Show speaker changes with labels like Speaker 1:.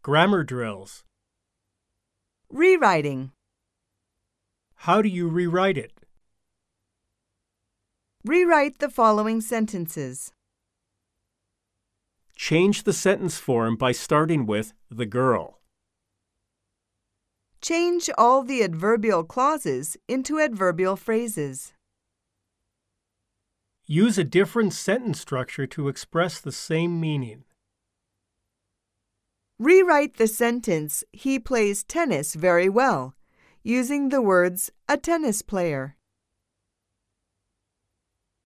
Speaker 1: Grammar drills.
Speaker 2: Rewriting.
Speaker 1: How do you rewrite it?
Speaker 2: Rewrite the following sentences.
Speaker 1: Change the sentence form by starting with the girl.
Speaker 2: Change all the adverbial clauses into adverbial phrases.
Speaker 1: Use a different sentence structure to express the same meaning.
Speaker 2: Rewrite the sentence, He plays tennis very well, using the words a tennis player.